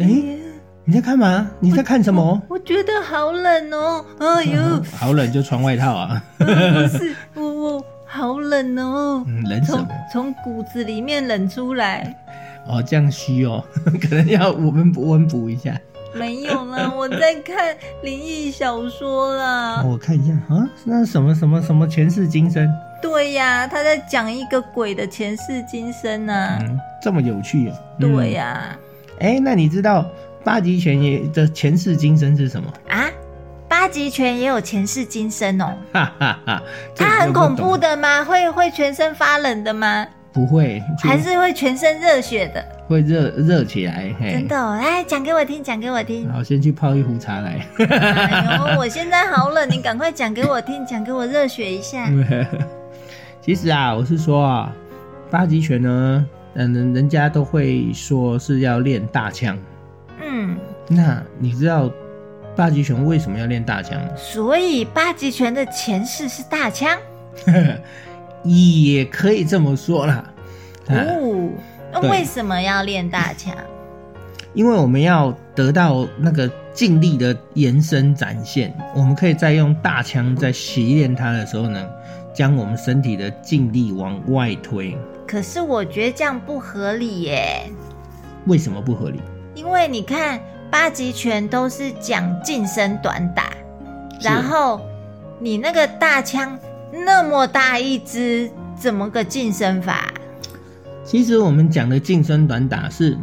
哎、你在干嘛？你在看什么？我觉得好冷哦，哎呦， 呃好冷就穿外套啊！不是我我好冷哦，嗯，冷什从么？从骨子里面冷出来，哦，这样虚哦， 可能要我们温补一下。没有啦，我在看灵异小说啦。我看一下啊，那什么什么什么前世今生，对呀，他在讲一个鬼的前世今生啊。嗯，这么有趣哦。嗯对、呀，哎、那你知道八极拳也的前世今生是什么？啊，八极拳也有前世今生哦，哈哈哈，这它我很就不恐怖懂，的吗？会会全身发冷的吗？不会，就还是会全身热血的？会热热起来，嘿真的、哦，哎，讲给我听，讲给我听。好，先去泡一壶茶来。哎呦，我现在好冷，你赶快讲给我听，讲给我热血一 下。嗯其实啊，我是说啊，八极拳呢，嗯，人人家都会说是要练大枪。嗯，那你知道八极拳为什么要练大枪吗？所以八极拳的前世是大枪也可以这么说啦，啊，哦。那对为什么要练大枪？因为我们要得到那个劲力的延伸展现，我们可以再用大枪在习练它的时候呢，将我们身体的劲力往外推。可是我觉得这样不合理耶，为什么不合理？因为你看八极拳都是讲近身短打，是然后你那个大枪那么大一支，怎么个近身法？其实我们讲的近身短打是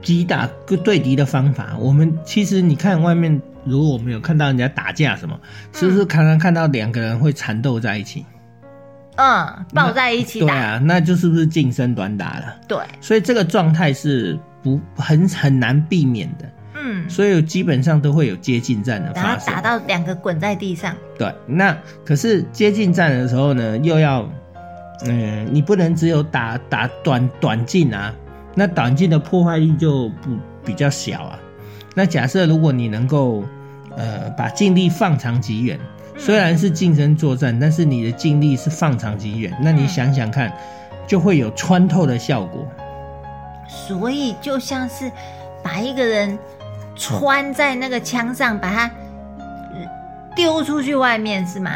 击打对敌的方法。我们其实你看外面，如果我们有看到人家打架什么，是不是常常看到两个人会缠斗在一起？嗯，抱在一起对打，啊，那就是不是近身短打了？对，所以这个状态是不很很难避免的，嗯，所以基本上都会有接近战的然发后生打。到两个滚在地上。对，那可是接近战的时候呢，又要，嗯，你不能只有打打短短近啊，那短近的破坏力就不比较小啊。那假设如果你能够，呃，把劲力放长极远，虽然是近身作战，但是你的劲力是放长极远，那你想想看，就会有穿透的效果。所以就像是把一个人穿在那个枪上，把他呃丢出去外面，是吗？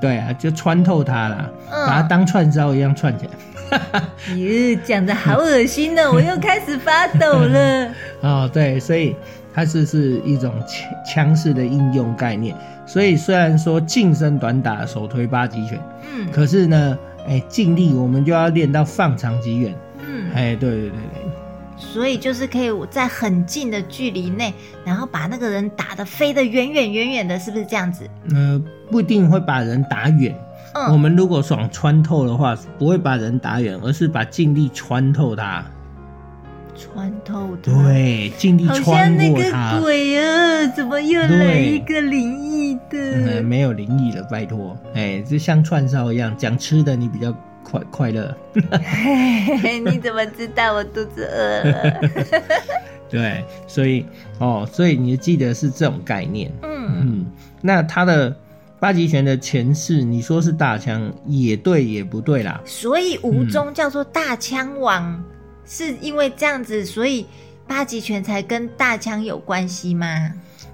对啊，就穿透它啦，嗯把它当串烧一样串起来。咦，讲的好恶心哦 呢、我又开始发抖了。哦，对，所以它是是一种枪枪式的应用概念。所以虽然说近身短打手推八极拳，嗯可是呢，哎，尽力我们就要练到放长极远。嗯，哎，对对对对，所以就是可以在很近的距离内，然后把那个人打得飞得远远远远的，是不是这样子？呃，不一定会把人打远。我嗯，们如果想穿透的话，不会把人打远，而是把尽力穿透它。穿透的。。对，尽力好像穿那过个它。鬼啊，怎么又来一个灵异的嗯，？没有灵异了，拜托。哎，就像串烧一样，讲吃的你比较快快乐。嘿嘿， 你怎么知道我肚子饿了？对，所以哦，所以你记得是这种概念。嗯，嗯，那他的八极拳的前世，你说是大枪，也对，也不对啦。所以吴中叫做大枪王，是因为这样子，所以八极拳才跟大枪有关系吗？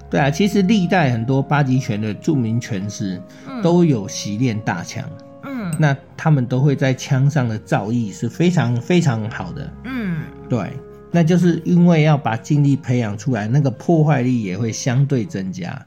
对啊，其实历代很多八极拳的著名拳师嗯都有习练大枪，嗯那他们都会在枪上的造诣是非常非常好的。嗯，对，那就是因为要把劲力培养出来，那个破坏力也会相对增加。嗯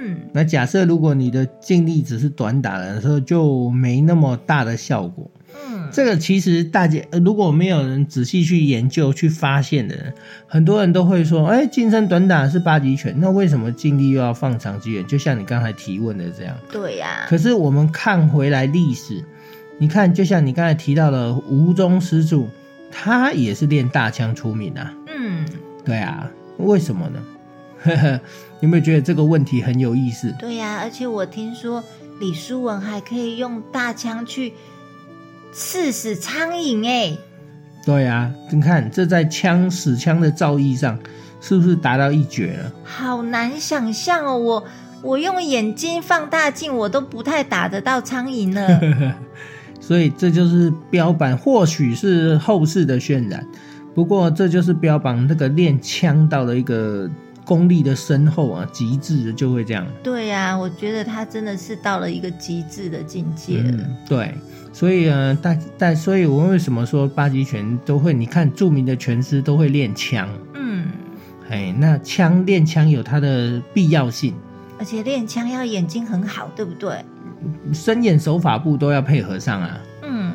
嗯，那假设如果你的尽力只是短打的时候，就没那么大的效果。嗯，这个其实大家呃如果没有人仔细去研究、去发现的人，很多人都会说：“哎，近身短打是八极拳，那为什么尽力又要放长击拳？”就像你刚才提问的这样。对呀、可是我们看回来历史，你看，就像你刚才提到的吴宗师祖，他也是练大枪出名啊。嗯，对啊，为什么呢？ 呵呵，有没有觉得这个问题很有意思？对呀、而且我听说李书文还可以用大枪去刺死苍蝇、哎，对啊，你看这在枪死枪的造诣上，是不是达到一绝了？好难想象哦，我我用眼睛放大镜，我都不太打得到苍蝇了。所以这就是标榜，或许是后世的渲染，不过这就是标榜那个练枪道的一个功力的深厚啊，极致就会这样。对呀、我觉得他真的是到了一个极致的境界了。嗯，对，所以呃，大但所以我为什么说八极拳都会？你看著名的拳师都会练枪，嗯，哎，那枪练枪有它的必要性，而且练枪要眼睛很好，对不对？身眼手法步都要配合上啊。嗯，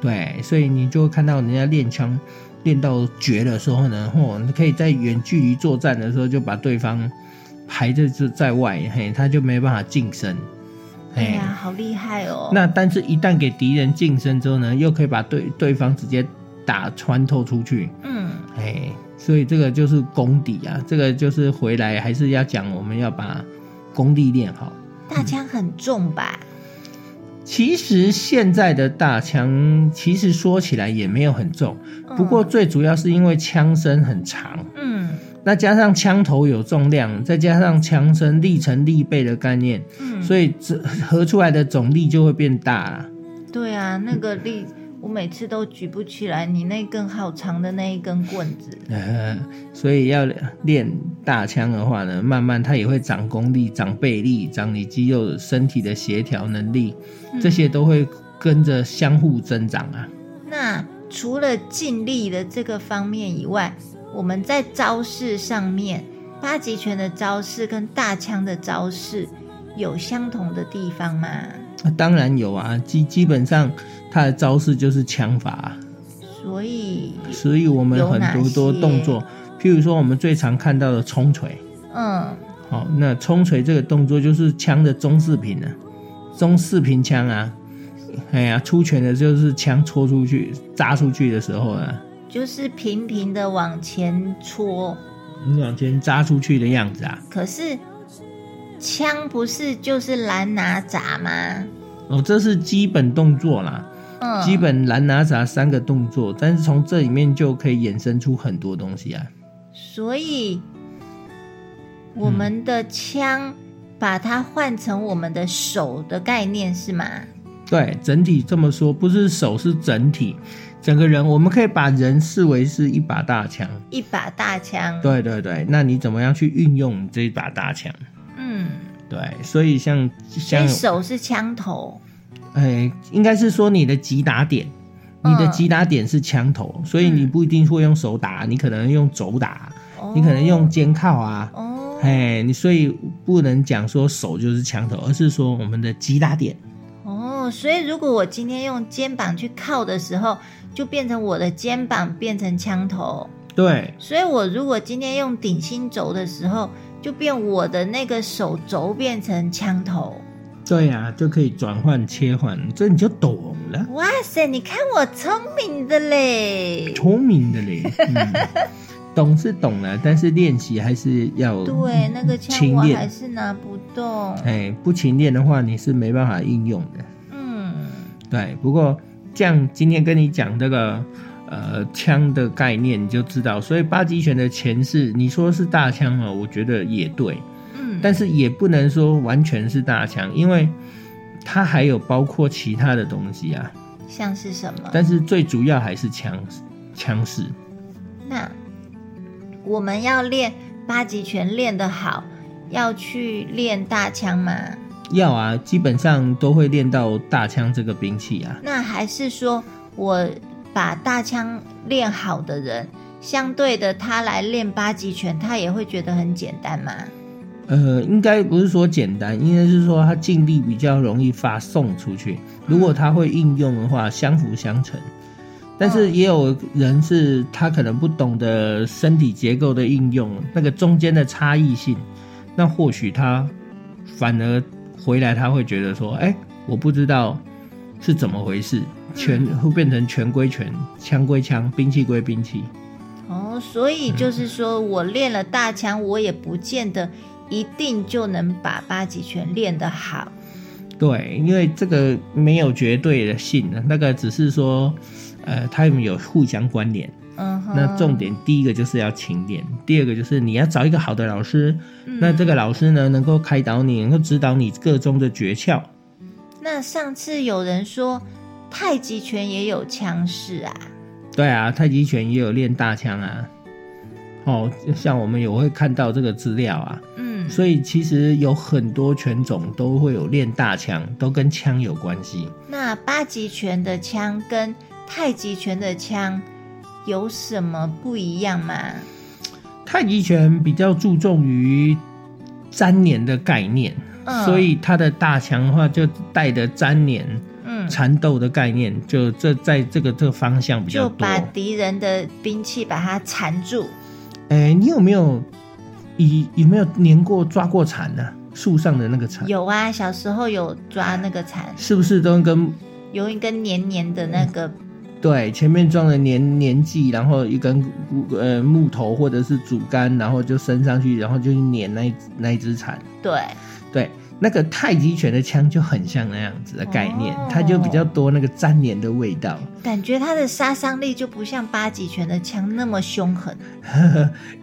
对，所以你就会看到人家练枪练到绝的时候呢，嚯、你可以在远距离作战的时候就把对方排在这在外，嘿，他就没办法近身，对哎呀、好厉害哦。哎那但是，一旦给敌人近身之后呢，又可以把对对方直接打穿透出去，嗯，哎，所以这个就是功底啊，这个就是回来还是要讲，我们要把功力练好。大枪很重吧？其实现在的大枪，其实说起来也没有很重，嗯不过最主要是因为枪身很长，嗯那加上枪头有重量，再加上枪身力成力倍的概念，嗯，所以这合出来的总力就会变大了。对啊，那个力我每次都举不起来，你那根好长的那一根棍子，呃，所以要练大枪的话呢，慢慢它也会长功力、长背力、长你肌肉身体的协调能力，这些都会跟着相互增长啊。那除了尽力的这个方面以外，我们在招式上面，八极拳的招式跟大枪的招式有相同的地方吗？啊当然有啊，基基本上它的招式就是枪法、啊，所以，所以我们很多有哪多些动作，譬如说我们最常看到的冲锤，嗯，好、那冲锤这个动作就是枪的中四平啊，中四平枪啊，哎呀，出拳的就是枪戳出去、扎出去的时候啊。就是平平的往前戳，你往前扎出去的样子啊！可是枪不是就是拦拿闸吗？哦，这是基本动作啦，嗯，基本拦拿砸三个动作，但是从这里面就可以衍生出很多东西啊。所以嗯我们的枪把它换成我们的手的概念是吗？对，整体这么说，不是手是整体，整个人，我们可以把人视为是一把大枪。一把大枪，对对对，那你怎么样去运用你这一把大枪？嗯，对，所以像所像以手是枪头，哎，应该是说你的击打点，你的嗯击打点是枪头，所以你嗯不一定会用手打，你可能用肘打，哦你可能用肩靠啊，哦哎，你所以不能讲说手就是枪头，而是说我们的击打点，哦，所以如果我今天用肩膀去靠的时候，就变成我的肩膀变成枪头，对所以我如果今天用顶心轴的时候，就变我的那个手轴变成枪头。对呀、就可以转换切换，这你就懂了，哇塞，你看我聪明的嘞！聪明的嘞，嗯， 懂是懂了，但是练习还是要对，那个枪勤我还练，是拿不动。哎，不勤练的话你是没办法应用的，嗯，对，不过像今天跟你讲这个呃枪的概念，你就知道，所以八极拳的前世，你说是大枪哦，我觉得也对，嗯，但是也不能说完全是大枪，因为它还有包括其他的东西啊，像是什么？但是最主要还是枪枪式。那我们要练八极拳练得好，要去练大枪吗？要啊，基本上都会练到大枪这个兵器啊。那还是说我把大枪练好的人，相对的他来练八极拳，他也会觉得很简单吗？呃，应该不是说简单，应该是说它尽力比较容易发送出去。如果它会应用的话，相辅相成。但是也有人是他可能不懂得身体结构的应用，那个中间的差异性，那或许他反而回来他会觉得说，哎、我不知道是怎么回事，拳会变成拳归拳，枪归枪，兵器归兵器。哦，所以就是说我练了大枪，我也不见得一定就能把八极拳练得好。对，因为这个没有绝对的性啊，那个只是说，呃，他们有互相关联。嗯哼，那重点第一个就是要勤练，第二个就是你要找一个好的老师，嗯那这个老师呢能够开导你，能够指导你各中的诀窍。那上次有人说太极拳也有枪式啊，对啊，太极拳也有练大枪啊。哦，像我们有会看到这个资料啊，嗯，所以其实有很多拳种都会有练大枪，都跟枪有关系。那八极拳的枪跟太极拳的枪有什么不一样吗？太极拳比较注重于粘连的概念，嗯所以它的大强的话就带着粘连、嗯，缠斗的概念，就这在这个这个方向比较就多。把敌人的兵器把它缠住。哎，你有没有以有没有粘过抓过蝉呢、树上的那个蝉，有啊，小时候有抓那个蝉，是不是都跟有一根黏黏的那个，嗯对前面装了粘粘剂，然后一根呃木头或者是竹竿，然后就伸上去，然后就去粘那一那一只蝉。对，对，那个太极拳的枪就很像那样子的概念，哦它就比较多那个粘连的味道。 感觉它的杀伤力就不像八极拳的枪那么凶狠，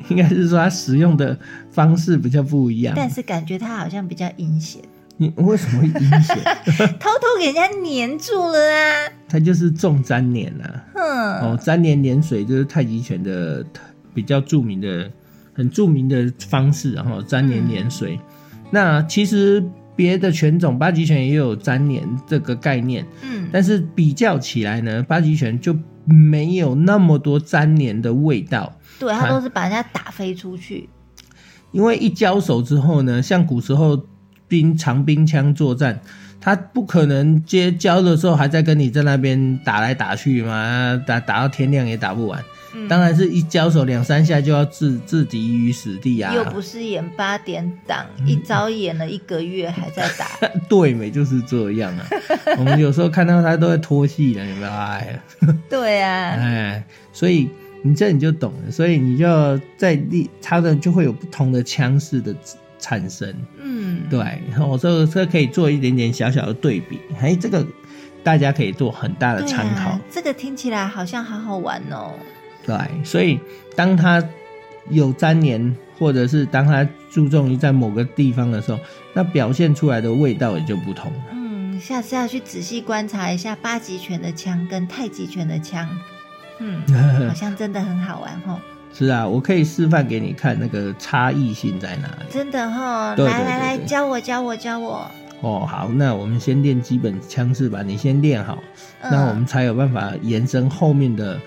应该是说它使用的方式比较不一样。但是感觉它好像比较阴险，你为什么会阴险？ 偷偷给人家黏住了啊，它就是重粘连啊。哼，哦，粘连连水就是太极拳的比较著名的、很著名的方式，然后粘连连水。嗯那其实别的拳种，八极拳也有粘连这个概念，嗯，但是比较起来呢，八极拳就没有那么多粘连的味道。对，它都是把人家打飞出去，因为一交手之后呢，像古时候兵长兵枪作战，他不可能接交的时候还在跟你在那边打来打去嘛，打打到天亮也打不完。嗯当然是一交手两三下就要置置敌于死地啊！又不是演八点档，嗯一招演了一个月还在 打， 对美就是这样啊。我们有时候看到他都会脱戏了，有没有？哎呀，对啊，哎，所以你这你就懂了，所以你就在立他的就会有不同的枪式的产生。嗯，对，然后这个这可以做一点点小小的对比，哎，这个大家可以做很大的对参考啊。，这个听起来好像好好玩哦，对，啊所以当他有粘连，或者是当他注重于在某个地方的时候，那表现出来的味道也就不同 了。嗯，下次要去仔细观察一下八极拳的枪跟太极拳的枪，嗯，好像真的很好玩哦，是啊，我可以示范给你看那个差异性在哪里。真的哦，对来对来对来，对教我教我教我，哦，好，那我们先练基本枪式吧，你先练好，嗯那我们才有办法延伸后面的。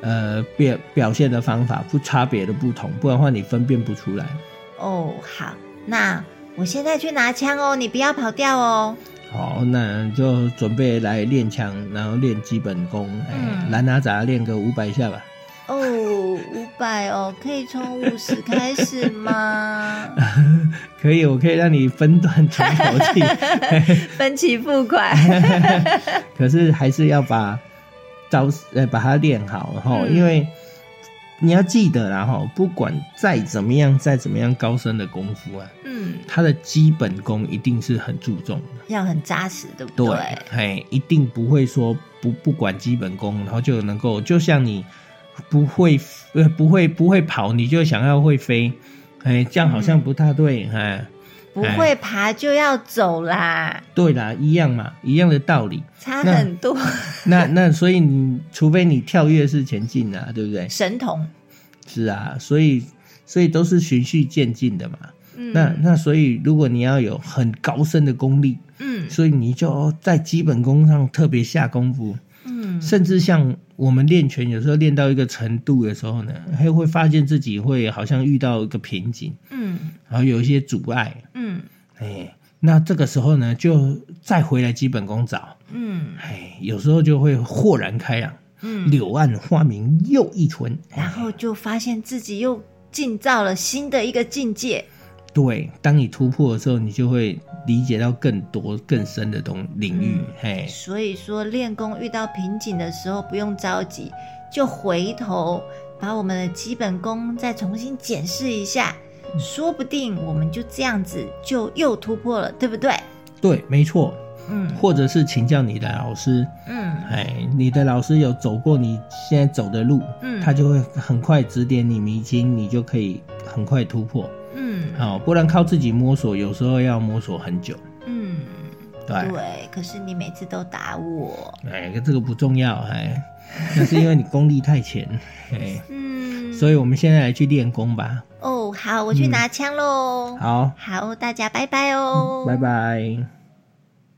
呃，表表现的方法不差别的不同，不然的话你分辨不出来。哦好，那我现在去拿枪哦，你不要跑掉哦，好，那就准备来练枪，然后练基本功，哎、嗯蓝阿杂练个五百下吧。哦五百哦，可以从五十开始 吗？可以，我可以让你分段从头 进，分期付款。可是还是要把招式呃把它练好，然后、嗯因为你要记得啦，哈，不管再怎么样再怎么样高深的功夫啊， 嗯，它的基本功一定是很注重的。要很扎实，对不对，哎，一定不会说不不管基本功，然后就能够，就像你不会呃不会不会跑，你就想要会飞，哎，这样好像不太对，哎，不会爬就要走啦，对啦，一样嘛，一样的道理。差很多。 那那所以你除非你跳跃式前进啊，对不对？神童，是啊，所以所以都是循序渐进的嘛。嗯，那那所以如果你要有很高深的功力，嗯所以你就在基本功上特别下功夫。嗯嗯甚至像我们练拳，有时候练到一个程度的时候呢，还会发现自己会好像遇到一个瓶颈，嗯然后有一些阻碍，嗯哎，那这个时候呢，就再回来基本功找，嗯哎，有时候就会豁然开朗，嗯，柳暗花明又一村。然后就发现自己又进到了新的一个境界。对，当你突破的时候，你就会理解到更多更深的东领域嗯，嘿，所以说，练功遇到瓶颈的时候，不用着急，就回头把我们的基本功再重新检视一下，说不定我们就这样子就又突破了，对不对？对，没错。嗯或者是请教你的老师，嗯哎，你的老师有走过你现在走的路，嗯他就会很快指点你迷津，你就可以很快突破。嗯好、不然靠自己摸索，有时候要摸索很久。嗯，对，对。可是你每次都打我，哎，这个不重要，哎，那是因为你功力太浅，哎， 嗯，所以我们现在来去练功吧。哦，好，我去拿枪喽。好，好，大家拜拜哦，拜拜。